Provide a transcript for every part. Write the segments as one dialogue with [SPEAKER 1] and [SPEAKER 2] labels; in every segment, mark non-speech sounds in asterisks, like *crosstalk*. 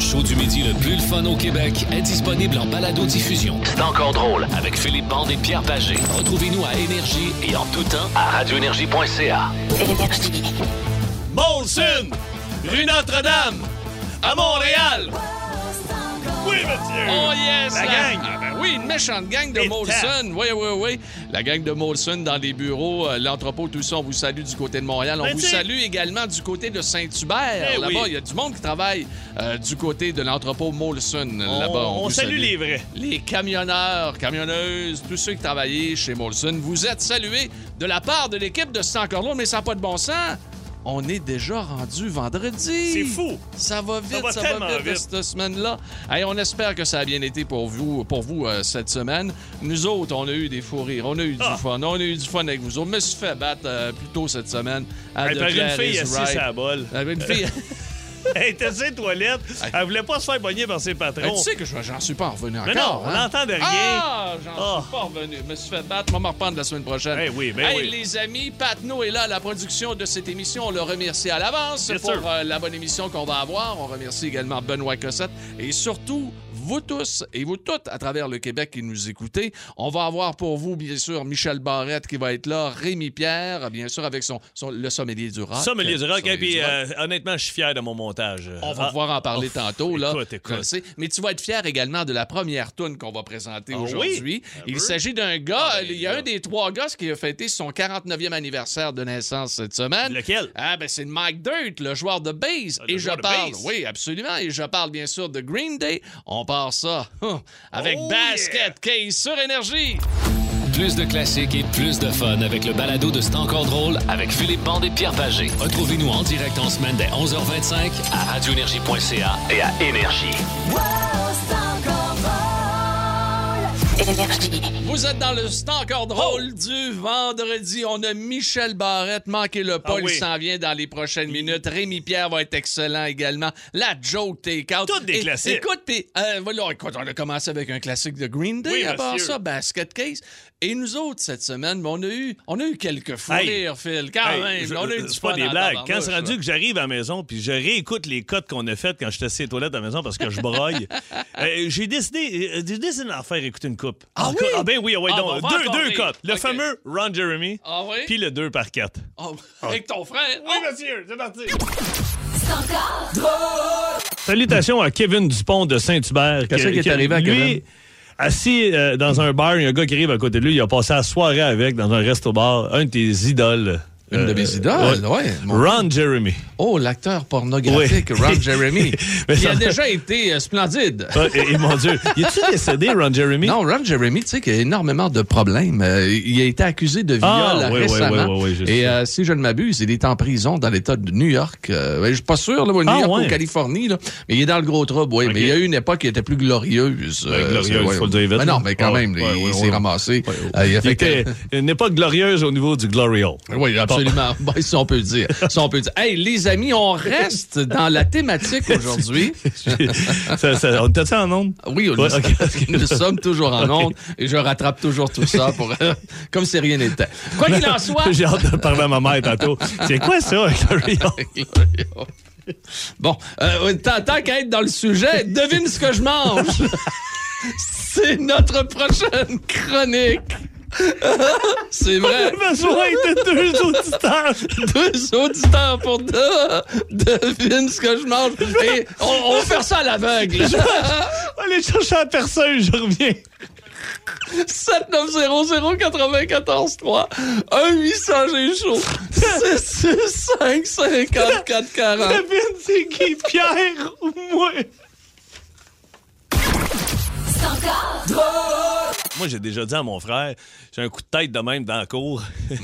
[SPEAKER 1] show du midi le plus le fun au Québec est disponible en balado-diffusion. C'est encore drôle avec Philippe Bande et Pierre Pagé. Retrouvez-nous à Énergie et en tout temps à radioénergie.ca.
[SPEAKER 2] Molson, rue Notre-Dame, à Montréal. Oui, monsieur.
[SPEAKER 3] Oh yes!
[SPEAKER 2] La gang.
[SPEAKER 3] Ah, ben oui, une méchante gang de
[SPEAKER 2] Et
[SPEAKER 3] Molson. Oui, oui, oui. La gang de Molson dans les bureaux, euh, l'entrepôt, tout ça, on vous salue du côté de Montréal. On
[SPEAKER 2] Ben,
[SPEAKER 3] vous
[SPEAKER 2] t'sais-
[SPEAKER 3] salue également du côté de Saint-Hubert.
[SPEAKER 2] Eh
[SPEAKER 3] là-bas,
[SPEAKER 2] oui.
[SPEAKER 3] il y a du monde qui travaille euh, du côté de l'entrepôt Molson.
[SPEAKER 2] On-
[SPEAKER 3] là-bas,
[SPEAKER 2] on
[SPEAKER 3] vous
[SPEAKER 2] salue les vrais.
[SPEAKER 3] Les camionneurs, camionneuses, tous ceux qui travaillaient chez Molson, vous êtes salués de la part de l'équipe de C'est encore long, mais ça n'a pas de bon sens. On est déjà rendu vendredi.
[SPEAKER 2] C'est fou.
[SPEAKER 3] Ça va vite,
[SPEAKER 2] va
[SPEAKER 3] ça
[SPEAKER 2] tellement
[SPEAKER 3] va vite,
[SPEAKER 2] vite.
[SPEAKER 3] cette semaine-là. Hey, on espère que ça a bien été pour vous, pour vous euh, cette semaine. Nous autres, on a eu des fous rires, on a eu
[SPEAKER 2] Ah.
[SPEAKER 3] du fun, on a eu du fun avec vous autres. Je me suis fait battre euh, plus tôt cette semaine à
[SPEAKER 2] Elle
[SPEAKER 3] The
[SPEAKER 2] par ben, une
[SPEAKER 3] Claire
[SPEAKER 2] fille
[SPEAKER 3] is
[SPEAKER 2] assise
[SPEAKER 3] Right.
[SPEAKER 2] à la bolle. *laughs*
[SPEAKER 3] Euh, Une fille.
[SPEAKER 2] Elle était sur les toilettes. Elle voulait pas se faire pogner par ses
[SPEAKER 3] Hey,
[SPEAKER 2] patrons.
[SPEAKER 3] Ben, tu sais que je- j'en suis pas revenu encore.
[SPEAKER 2] Mais non, on
[SPEAKER 3] hein?
[SPEAKER 2] n'entend de rien.
[SPEAKER 3] Ah, j'en
[SPEAKER 2] Ah.
[SPEAKER 3] suis pas revenu. Je me suis fait battre, je vais m'en reprendre la semaine prochaine.
[SPEAKER 2] Eh oui, ben
[SPEAKER 3] hey,
[SPEAKER 2] oui.
[SPEAKER 3] les amis, Patno est là à la production de cette émission. On le remercie à l'avance
[SPEAKER 2] Bien
[SPEAKER 3] pour
[SPEAKER 2] sûr.
[SPEAKER 3] euh, la bonne émission qu'on va avoir. On remercie également Benoît Cossette et surtout vous tous et vous toutes à travers le Québec qui nous écoutez. On va avoir pour vous, bien sûr, Michel Barrette qui va être là, Rémi Pierre, bien sûr, avec son, son- le sommelier du rock.
[SPEAKER 2] Ça me les rock.
[SPEAKER 3] Sommelier
[SPEAKER 2] Et puis,
[SPEAKER 3] du rock.
[SPEAKER 2] euh, honnêtement, je suis fier de mon montage.
[SPEAKER 3] On va
[SPEAKER 2] Ah,
[SPEAKER 3] pouvoir en parler
[SPEAKER 2] ouf,
[SPEAKER 3] tantôt. Là,
[SPEAKER 2] écoute, écoute.
[SPEAKER 3] je le sais. Mais tu vas être fier également de la première toune qu'on va présenter
[SPEAKER 2] Ah oui?
[SPEAKER 3] aujourd'hui.
[SPEAKER 2] Ah oui?
[SPEAKER 3] Il s'agit d'un gars,
[SPEAKER 2] Ah ben
[SPEAKER 3] il y a
[SPEAKER 2] là.
[SPEAKER 3] un des trois gars qui a fêté son 49e anniversaire de naisssse cette semaine.
[SPEAKER 2] Lequel?
[SPEAKER 3] Ah ben c'est Mike Dirt, le joueur de base.
[SPEAKER 2] Ah, le
[SPEAKER 3] et je
[SPEAKER 2] joueur de
[SPEAKER 3] parle,
[SPEAKER 2] base.
[SPEAKER 3] oui absolument, et je parle bien sûr de Green Day. On part ça hum, avec
[SPEAKER 2] Oh
[SPEAKER 3] Basket Case sur énergie.
[SPEAKER 1] Plus de classiques et plus de fun avec le balado de C'est encore drôle avec Philippe Bande et Pierre Pagé. Retrouvez-nous en direct en semaine dès 11h25 à radioénergie.ca et à Énergie.
[SPEAKER 3] Vous êtes dans le C'est
[SPEAKER 2] Oh!
[SPEAKER 3] encore drôle du vendredi. On a Michel Barrette, manquez-le pas,
[SPEAKER 2] Ah
[SPEAKER 3] il
[SPEAKER 2] oui.
[SPEAKER 3] s'en vient dans les prochaines minutes. Rémi Pierre va être excellent également. La Joke Takeout.
[SPEAKER 2] Toutes des
[SPEAKER 3] Et-
[SPEAKER 2] classiques.
[SPEAKER 3] Écoute, t'es- euh, voilà, écoute, on a commencé avec un classique de Green Day,
[SPEAKER 2] Oui,
[SPEAKER 3] à part
[SPEAKER 2] monsieur.
[SPEAKER 3] ça, Basket Case. Et nous autres, cette semaine, ben, on a eu, on a eu quelques fous
[SPEAKER 2] Hey.
[SPEAKER 3] rires, Phil, quand
[SPEAKER 2] Hey,
[SPEAKER 3] même.
[SPEAKER 2] je- euh,
[SPEAKER 3] on a eu du
[SPEAKER 2] c'est pas
[SPEAKER 3] fun
[SPEAKER 2] des
[SPEAKER 3] en
[SPEAKER 2] blagues. Quand
[SPEAKER 3] tabarnouche,
[SPEAKER 2] c'est rendu
[SPEAKER 3] là.
[SPEAKER 2] que j'arrive à la maison, puis je réécoute les cotes qu'on a faites quand j'étais assis aux toilettes à la maison parce que je
[SPEAKER 3] *laughs*
[SPEAKER 2] broille, euh, j'ai décidé, euh, j'ai décidé d'en faire écouter une coupe.
[SPEAKER 3] Ah oui?
[SPEAKER 2] Ah ben oui, ah ouais,
[SPEAKER 3] Ah,
[SPEAKER 2] donc,
[SPEAKER 3] bon, on va
[SPEAKER 2] deux,
[SPEAKER 3] encore
[SPEAKER 2] deux
[SPEAKER 3] rire.
[SPEAKER 2] cotes. Le
[SPEAKER 3] OK.
[SPEAKER 2] fameux Ron Jeremy,
[SPEAKER 3] Ah oui?
[SPEAKER 2] puis le 2 par 4.
[SPEAKER 3] Oh,
[SPEAKER 2] Ah.
[SPEAKER 3] avec ton frère.
[SPEAKER 2] monsieur, c'est parti. Salutations à Kevin Dupont de Saint-Hubert.
[SPEAKER 3] Qu'est-ce qui est arrivé à
[SPEAKER 2] lui,
[SPEAKER 3] Kevin?
[SPEAKER 2] Assis euh, dans un bar, il y a un gars qui arrive à côté de lui, il a passé la soirée avec, dans un resto-bar, un de tes idoles. Euh,
[SPEAKER 3] Une de mes idoles, ouais, mon-
[SPEAKER 2] Ron Jeremy.
[SPEAKER 3] Oh, l'acteur pornographique
[SPEAKER 2] Oui.
[SPEAKER 3] Ron Jeremy.
[SPEAKER 2] *laughs* Mais
[SPEAKER 3] Il a
[SPEAKER 2] ça-
[SPEAKER 3] déjà été
[SPEAKER 2] *laughs*
[SPEAKER 3] euh, splendide.
[SPEAKER 2] Ah, et, et mon Dieu, il est-tu décédé, Ron Jeremy?
[SPEAKER 3] Non, Ron Jeremy, tu sais qu'il y a énormément de problèmes. Euh, il a été accusé de viol
[SPEAKER 2] Ah, oui, oui,
[SPEAKER 3] récemment.
[SPEAKER 2] oui, oui, oui, je
[SPEAKER 3] et
[SPEAKER 2] sais.
[SPEAKER 3] euh, si je ne m'abuse, il est en prison dans l'État de New York. Euh, ouais, je suis pas sûr, là, New
[SPEAKER 2] Ah,
[SPEAKER 3] York
[SPEAKER 2] ouais.
[SPEAKER 3] ou Californie, là, mais il est dans le gros trouble. Oui,
[SPEAKER 2] Ok.
[SPEAKER 3] mais il y a eu une époque qui était plus glorieuse.
[SPEAKER 2] Ouais, glorieuse,
[SPEAKER 3] c'est-
[SPEAKER 2] faut le dire vite,
[SPEAKER 3] Mais non,
[SPEAKER 2] là. Ah,
[SPEAKER 3] mais quand
[SPEAKER 2] Ouais,
[SPEAKER 3] même, là,
[SPEAKER 2] ouais,
[SPEAKER 3] il,
[SPEAKER 2] ouais,
[SPEAKER 3] s'est
[SPEAKER 2] ouais.
[SPEAKER 3] ramassé. Euh,
[SPEAKER 2] il
[SPEAKER 3] il a fait *laughs* Ah
[SPEAKER 2] était une époque glorieuse au niveau du Glory Hole.
[SPEAKER 3] Oui, absolument. *laughs* Ben, si on peut le dire. Si on peut le dire. Hey, les amis, on reste dans la thématique
[SPEAKER 2] *laughs*
[SPEAKER 3] aujourd'hui.
[SPEAKER 2] *laughs* Ça- ça- on était en onde?
[SPEAKER 3] Oui, nous, *laughs*
[SPEAKER 2] Ouais, ok, parce que-
[SPEAKER 3] nous sommes toujours en
[SPEAKER 2] Ok.
[SPEAKER 3] onde et je rattrape toujours tout ça pour euh, *laughs* comme si rien n'était. Quoi qu'il en
[SPEAKER 2] *laughs*
[SPEAKER 3] soit.
[SPEAKER 2] J'ai hâte de parler à ma mère tantôt. C'est quoi ça, un Glory
[SPEAKER 3] *laughs*
[SPEAKER 2] Hole?
[SPEAKER 3] bon, euh, tant, tant qu'à être dans le sujet, devine ce que je mange. *laughs* C'est notre prochaine chronique. *laughs* C'est vrai.
[SPEAKER 2] J'avais besoin de deux auditeurs.
[SPEAKER 3] Deux auditeurs pour deux. Devine ce que je mange. Et on, on va faire ça à l'aveugle.
[SPEAKER 2] Allez chercher la personne, je reviens.
[SPEAKER 3] 7900943 1 800 G chaud 665 54 40
[SPEAKER 2] Kevin, c'est qui? Pierre ou moi? Moi, j'ai déjà dit à mon frère, j'ai un coup de tête de même dans la cour. *laughs* il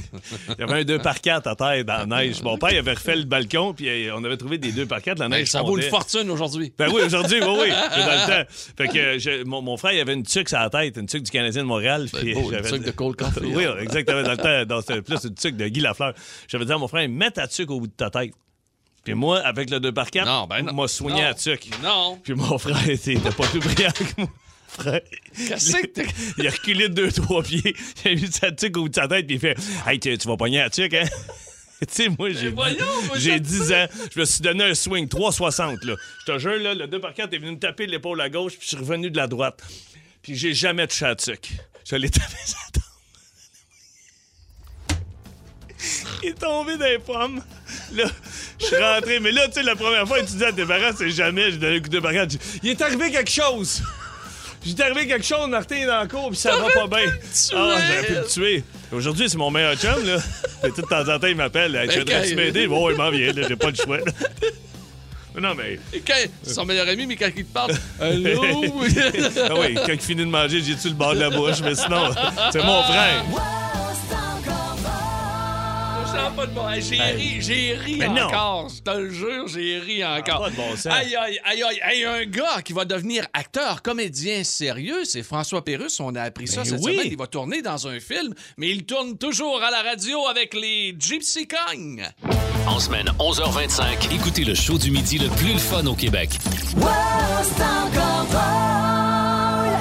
[SPEAKER 2] y avait un 2 par 4 à terre dans la neige. Mon père il avait refait le balcon, puis euh, on avait trouvé des 2 par 4 la neige.
[SPEAKER 3] Ben, ça vaut
[SPEAKER 2] fondait.
[SPEAKER 3] une fortune aujourd'hui.
[SPEAKER 2] Ben oui, aujourd'hui, oui, oui. C'est dans le temps. Fait que euh, je- mon, mon frère, il avait une tuque à la tête, une tuque du Canadien de Montréal. puis
[SPEAKER 3] Ben, beau, une
[SPEAKER 2] j'avais-
[SPEAKER 3] tuque de Cole
[SPEAKER 2] *laughs*
[SPEAKER 3] Caulfield.
[SPEAKER 2] Oui, exactement. Dans le temps, dans- c'était plus une tuque de Guy Lafleur. J'avais dit à mon frère, mets ta tuque au bout de ta tête. Puis moi, avec le 2 par 4
[SPEAKER 3] Non, ben non.
[SPEAKER 2] m'a soigné
[SPEAKER 3] Non.
[SPEAKER 2] la tuque.
[SPEAKER 3] Non.
[SPEAKER 2] Puis mon frère, il était pas plus brillant que moi. Frère.
[SPEAKER 3] Qu'est-ce que t'es-
[SPEAKER 2] Il a *laughs* reculé de deux, trois pieds. Il a mis sa tuque au bout de sa tête, puis il fait Hey, tu, tu vas pogner la tuque, hein? *laughs* tu sais, moi, j'ai.
[SPEAKER 3] voyons, moi,
[SPEAKER 2] J'ai
[SPEAKER 3] j'aime
[SPEAKER 2] 10 ans. Je me suis donné un swing 360, là. Je te jure, là, le 2 par 4 est venu me taper l'épaule à gauche, puis je suis revenu de la droite. Puis j'ai jamais touché à tuc. Je l'ai tapé sur la tombe. Il est tombé dans les pommes. Là, je suis rentré. Mais là, tu sais, la première fois, tu dis à tes parents, c'est jamais. J'ai donné le coup de barrage. Il est arrivé quelque chose. J'ai arrivé quelque chose, Martin est dans la cour, puis ça va pas bien. Ah, j'aurais pu le tuer. Aujourd'hui, c'est mon meilleur chum, là. Et tout de temps en temps, il m'appelle. Hey, tu
[SPEAKER 3] Ok.
[SPEAKER 2] voudrais-tu m'aider? Bon, il m'en vient, là, j'ai pas le choix. Mais Non, mais.
[SPEAKER 3] Et quand- C'est son meilleur ami, mais quand il te parle, Allô? *laughs*
[SPEAKER 2] Ah oui, quand il finit de manger, j'ai tué le bord de la bouche, mais sinon, c'est mon frère.
[SPEAKER 3] Ça a pas de bon. Hey, J'ai ri, j'ai ri
[SPEAKER 2] Mais Ben, non.
[SPEAKER 3] encore. Je te le jure, j'ai ri encore.
[SPEAKER 2] pas de bon sens.
[SPEAKER 3] Aïe, aïe, aïe, aïe. Hey, un gars qui va devenir acteur, comédien sérieux, c'est François Pérus. On a appris ça
[SPEAKER 2] Ben
[SPEAKER 3] cette
[SPEAKER 2] oui.
[SPEAKER 3] semaine. Il va tourner dans un film, mais il tourne toujours à la radio avec les Gypsy Kong.
[SPEAKER 1] En semaine 11h25, écoutez le show du midi le plus le fun au Québec.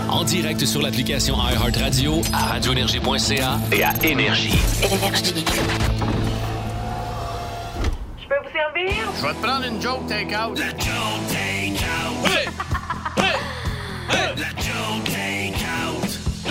[SPEAKER 1] En direct sur l'application iHeartRadio, à radioénergie.ca et à Énergie.
[SPEAKER 4] Je peux vous servir?
[SPEAKER 5] Je vais te prendre une joke take-out.
[SPEAKER 3] Hey! Hey!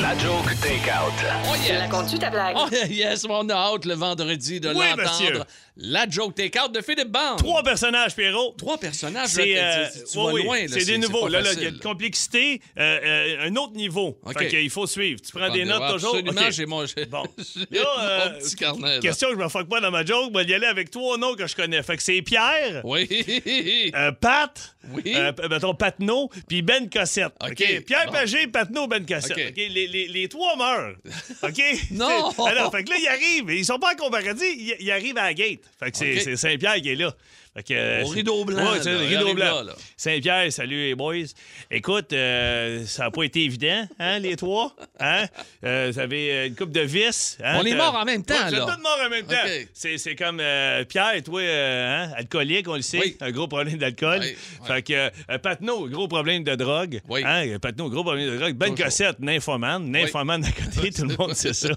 [SPEAKER 1] La joke take-out.
[SPEAKER 3] Oh, yes.
[SPEAKER 4] La conduite à blague.
[SPEAKER 3] Oh, *laughs* yes, on a hâte le vendredi de
[SPEAKER 2] Oui, monsieur.
[SPEAKER 3] l'entendre. La joke take-out de Philippe Bande.
[SPEAKER 2] Trois personnages, Pierrot.
[SPEAKER 3] Trois personnages, là,
[SPEAKER 2] C'est
[SPEAKER 3] t'as-
[SPEAKER 2] euh,
[SPEAKER 3] tu, tu
[SPEAKER 2] oui,
[SPEAKER 3] vas
[SPEAKER 2] oui,
[SPEAKER 3] loin. là,
[SPEAKER 2] c'est des nouveaux.
[SPEAKER 3] pas
[SPEAKER 2] Là, là, il
[SPEAKER 3] facile.
[SPEAKER 2] y a de complexité, euh, euh, un autre niveau.
[SPEAKER 3] OK.
[SPEAKER 2] Fait qu'il faut suivre. Tu prends des
[SPEAKER 3] Attendez,
[SPEAKER 2] notes
[SPEAKER 3] ouais,
[SPEAKER 2] toujours.
[SPEAKER 3] Absolument,
[SPEAKER 2] OK.
[SPEAKER 3] j'ai mon, j'ai- *laughs*
[SPEAKER 2] Bon.
[SPEAKER 3] j'ai
[SPEAKER 2] Là,
[SPEAKER 3] mon
[SPEAKER 2] euh,
[SPEAKER 3] petit carnet. là.
[SPEAKER 2] Question que je me fuck pas dans ma joke, mais y aller avec trois noms que je connais. Fait que c'est Pierre,
[SPEAKER 3] Oui. *laughs*
[SPEAKER 2] euh, Pat,
[SPEAKER 3] Oui.
[SPEAKER 2] euh, p- mettons Patneau, puis Ben Cossette.
[SPEAKER 3] OK.
[SPEAKER 2] Pierre
[SPEAKER 3] Bon.
[SPEAKER 2] Pagé, Patneau, Ben Cossette.
[SPEAKER 3] OK.
[SPEAKER 2] OK, Les, les- les trois meurent. OK?
[SPEAKER 3] *laughs* Non.
[SPEAKER 2] *laughs* Alors, fait que là, ils arrivent. Ils sont pas en comparatif. Ils, ils arrivent à la gate. Fait que c'est
[SPEAKER 3] OK.
[SPEAKER 2] c'est Saint-Pierre qui est là. Fait que, euh,
[SPEAKER 3] Au
[SPEAKER 2] c'est-
[SPEAKER 3] rideau blanc,
[SPEAKER 2] Ouais, c'est
[SPEAKER 3] là.
[SPEAKER 2] le
[SPEAKER 3] Il
[SPEAKER 2] rideau
[SPEAKER 3] arrive
[SPEAKER 2] blanc.
[SPEAKER 3] là, là.
[SPEAKER 2] Saint-Pierre, salut les boys. Écoute, euh, ça n'a pas été évident, hein, les trois. Hein? Euh, vous avez euh, une coupe de vis. hein,
[SPEAKER 3] On est
[SPEAKER 2] que-
[SPEAKER 3] morts en même temps,
[SPEAKER 2] Ouais, vous êtes
[SPEAKER 3] là.
[SPEAKER 2] tous morts en même temps.
[SPEAKER 3] OK.
[SPEAKER 2] C'est, c'est comme euh, Pierre, toi, euh, hein, alcoolique, on le sait,
[SPEAKER 3] Oui.
[SPEAKER 2] un gros problème d'alcool.
[SPEAKER 3] Oui, oui.
[SPEAKER 2] Fait que euh, Patnaud, gros problème de drogue.
[SPEAKER 3] Oui.
[SPEAKER 2] Hein, Patnaud, gros problème de drogue. Ben
[SPEAKER 3] Toujours.
[SPEAKER 2] Cossette, nymphomane. Nymphomane à
[SPEAKER 3] *laughs*
[SPEAKER 2] côté, tout le monde sait ça.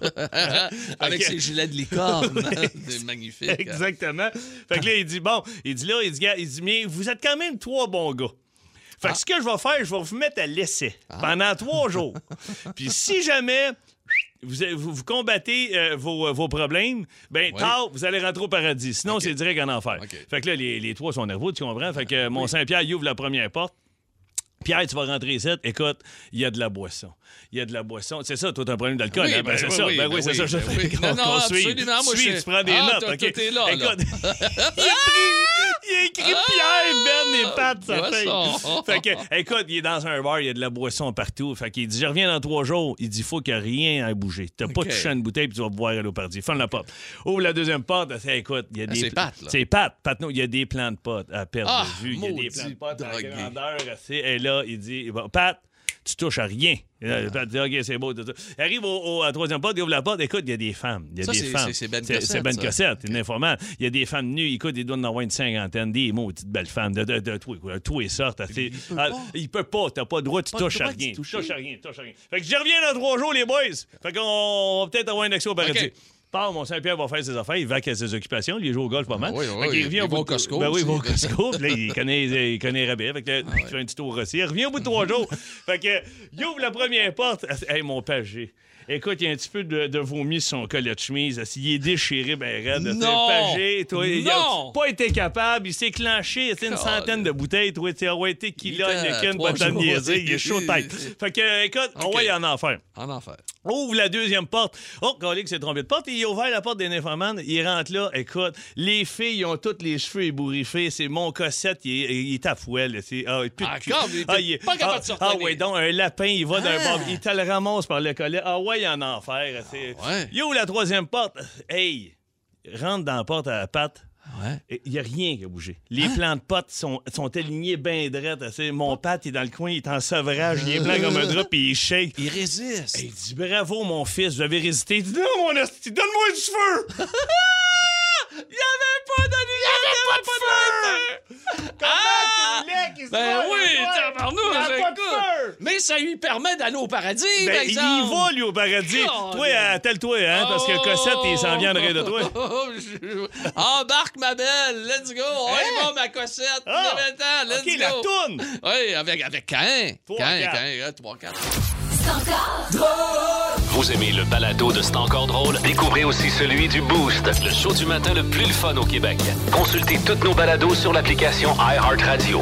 [SPEAKER 3] Avec
[SPEAKER 2] Ok.
[SPEAKER 3] ses gilets de
[SPEAKER 2] *laughs*
[SPEAKER 3] licorne. hein, C'est magnifique.
[SPEAKER 2] Exactement. Fait que là, il dit, bon, il dit là, il dit, gars, il dit, mais vous êtes quand même trois bons gars. Fait
[SPEAKER 3] Ah.
[SPEAKER 2] que ce que je vais faire, je vais vous mettre à l'essai pendant trois
[SPEAKER 3] *laughs*
[SPEAKER 2] jours. Puis si jamais vous, vous, vous combattez euh, vos, euh, vos problèmes, ben
[SPEAKER 3] Oui.
[SPEAKER 2] tard, vous allez rentrer au paradis. Sinon, c'est direct en enfer.
[SPEAKER 3] OK.
[SPEAKER 2] Fait que là, les, les trois sont nerveux, tu comprends? Fait que euh, mon Saint-Pierre, il ouvre la première porte. Pierre, tu vas rentrer ici. Écoute, il y a de la boisson. Il y a de la boisson. C'est ça, toi, t'as un problème d'alcool.
[SPEAKER 3] Oui,
[SPEAKER 2] hein?
[SPEAKER 3] ben
[SPEAKER 2] c'est
[SPEAKER 3] oui,
[SPEAKER 2] ça.
[SPEAKER 3] oui,
[SPEAKER 2] ben oui,
[SPEAKER 3] ben
[SPEAKER 2] c'est
[SPEAKER 3] oui,
[SPEAKER 2] ça. Je
[SPEAKER 3] ben
[SPEAKER 2] fais *laughs*
[SPEAKER 3] oui.
[SPEAKER 2] qu'on
[SPEAKER 3] Non, non,
[SPEAKER 2] qu'on suive.
[SPEAKER 3] absolument, moi, je
[SPEAKER 2] Suis,
[SPEAKER 3] sais.
[SPEAKER 2] tu prends des
[SPEAKER 3] Ah,
[SPEAKER 2] notes.
[SPEAKER 3] toi,
[SPEAKER 2] OK.
[SPEAKER 3] toi, t'es là, là. *laughs*
[SPEAKER 2] Écoute, il a pris, il a écrit Pierre, Ben et Pat, ça
[SPEAKER 3] boisson.
[SPEAKER 2] fait. Fait que, écoute, il est dans un bar, il y a de la boisson partout. Fait qu'il dit, je reviens dans trois jours. Il dit, faut que rien à bouger. T'as pas
[SPEAKER 3] OK.
[SPEAKER 2] touché à une bouteille, puis tu vas pouvoir aller au paradis. Ferme la porte. Ouvre la deuxième porte. Elle fait, écoute, il y a des...
[SPEAKER 3] Ah, c'est Pat, là.
[SPEAKER 2] C'est Pat. Pat, non, il y a des plans de potes à perdre
[SPEAKER 3] Ah,
[SPEAKER 2] de vue. Il y a des
[SPEAKER 3] maudit
[SPEAKER 2] plans de potes à la
[SPEAKER 3] drogué.
[SPEAKER 2] grandeur. assez. Et là, il dit, bon, Pat... Tu touches à rien. Et là,
[SPEAKER 3] Ah.
[SPEAKER 2] Pat dit, OK, c'est beau. tout ça. Il arrive au, au- à la troisième porte, il ouvre la porte. Écoute, il y a des femmes. Il y a
[SPEAKER 3] Ça,
[SPEAKER 2] des
[SPEAKER 3] c'est-
[SPEAKER 2] femmes.
[SPEAKER 3] c'est- c'est Ben Cossette,
[SPEAKER 2] C'est Ben
[SPEAKER 3] ça.
[SPEAKER 2] Cossette, une informante. Il y a des femmes nues. Écoute, il doit en avoir une cinquantaine. Des mots, petites belles femmes. De, de, de, tout, de tous les sortes. Il
[SPEAKER 3] peut pas.
[SPEAKER 2] Ah, il peut pas. T'as pas le droit. Tu
[SPEAKER 3] le
[SPEAKER 2] touches à
[SPEAKER 3] droit d'y
[SPEAKER 2] rien. Tu
[SPEAKER 3] toucher.
[SPEAKER 2] touches à rien. Tu touches à rien. Fait que je reviens dans trois jours, les boys. Fait qu'on on va peut-être avoir une action au paradis.
[SPEAKER 3] OK.
[SPEAKER 2] Part, mon Saint-Pierre va faire ses affaires, il va à ses occupations, il joue au golf pas mal.
[SPEAKER 3] Ah oui, oui,
[SPEAKER 2] Hein? Fait qu'il
[SPEAKER 3] oui.
[SPEAKER 2] revient
[SPEAKER 3] Il
[SPEAKER 2] au
[SPEAKER 3] va
[SPEAKER 2] bout
[SPEAKER 3] au
[SPEAKER 2] de-
[SPEAKER 3] Costco Ah
[SPEAKER 2] Ben oui, il va au
[SPEAKER 3] aussi.
[SPEAKER 2] Costco. Puis là,
[SPEAKER 3] *laughs*
[SPEAKER 2] il connaît, il connaît Rabais. Fait que là, il fait un petit tour aussi. Il revient au bout de
[SPEAKER 3] *laughs*
[SPEAKER 2] trois jours. Fait que, il ouvre la première porte. Ah, Hey, mon pagé. Écoute, il y a un petit peu de, de vomi sur son collet de chemise. Il est déchiré, ben raide. Tu sais,
[SPEAKER 3] Non!
[SPEAKER 2] Pagé, toi, il a
[SPEAKER 3] Non!
[SPEAKER 2] pas été capable. Il s'est clenché. C'est une
[SPEAKER 3] Colin.
[SPEAKER 2] centaine de bouteilles. Toi, tu as été kilo,
[SPEAKER 3] Il était à
[SPEAKER 2] Anakin,
[SPEAKER 3] trois
[SPEAKER 2] pas de
[SPEAKER 3] jours.
[SPEAKER 2] niaiser. Il est chaud
[SPEAKER 3] *laughs*
[SPEAKER 2] tête. Fait que, écoute, on
[SPEAKER 3] OK.
[SPEAKER 2] va y en enfer.
[SPEAKER 3] En enfer.
[SPEAKER 2] Ouvre la deuxième porte. Oh, Colic s'est trompé de porte. Il a ouvert la porte des nymphomanes. Il rentre là. Écoute, les filles, ils ont toutes les cheveux ébouriffés. C'est mon cossette. Il est, il est à fouet. C'est, ah, il pue de cul.
[SPEAKER 3] Encore, mais il était
[SPEAKER 2] est-
[SPEAKER 3] pas capable
[SPEAKER 2] ah,
[SPEAKER 3] de Ah. se
[SPEAKER 2] Ah,
[SPEAKER 3] retenir.
[SPEAKER 2] ouais, donc un lapin, il va d'un bord. Il te le ramasse par le collet. Ah, ouais, il en enfer. C'est...
[SPEAKER 3] Ah, ouais.
[SPEAKER 2] Il ouvre la troisième porte. Hey, rentre dans la porte à la patte.
[SPEAKER 3] Ouais.
[SPEAKER 2] Il n'y a rien qui a bougé. Les
[SPEAKER 3] Hein?
[SPEAKER 2] plans de potes sont, sont alignés bien drettes. assez. Mon pat est dans le coin, il est en sevrage, il est blanc comme un drap, puis il shake.
[SPEAKER 3] Il résiste.
[SPEAKER 2] Et il dit bravo, mon fils, vous avez résisté. Il dit non, mon esti, donne-moi du
[SPEAKER 3] *laughs*
[SPEAKER 2] feu! il n'y avait pas de Il n'y avait pas de feu! Comment tu voulais qu'il se
[SPEAKER 3] Ben
[SPEAKER 2] passe,
[SPEAKER 3] oui,
[SPEAKER 2] ouais?
[SPEAKER 3] tabarnouche,
[SPEAKER 2] Il y a pas de
[SPEAKER 3] écoute.
[SPEAKER 2] feu!
[SPEAKER 3] Mais ça lui permet d'aller au paradis,
[SPEAKER 2] Ben,
[SPEAKER 3] par
[SPEAKER 2] il y
[SPEAKER 3] exemple.
[SPEAKER 2] va, lui, au paradis.
[SPEAKER 3] Oh,
[SPEAKER 2] toi,
[SPEAKER 3] ben.
[SPEAKER 2] attelle-toi, hein, parce que Cossette, il s'en viendrait de toi.
[SPEAKER 3] Je- *laughs* Embarque, ma belle. Let's go. On y va, ma Cossette.
[SPEAKER 2] Ah!
[SPEAKER 3] Demain temps, *laughs* Let's
[SPEAKER 2] OK, la
[SPEAKER 3] go.
[SPEAKER 2] tourne!
[SPEAKER 3] Oui, avec, avec Cain.
[SPEAKER 2] Trois,
[SPEAKER 3] Cain,
[SPEAKER 2] quatre.
[SPEAKER 3] Cain, euh, trois, quatre.
[SPEAKER 1] Vous aimez le balado de C'est encore drôle? Découvrez aussi celui du Boost, le show du matin le plus le fun au Québec. Consultez toutes nos balados sur l'application iHeartRadio.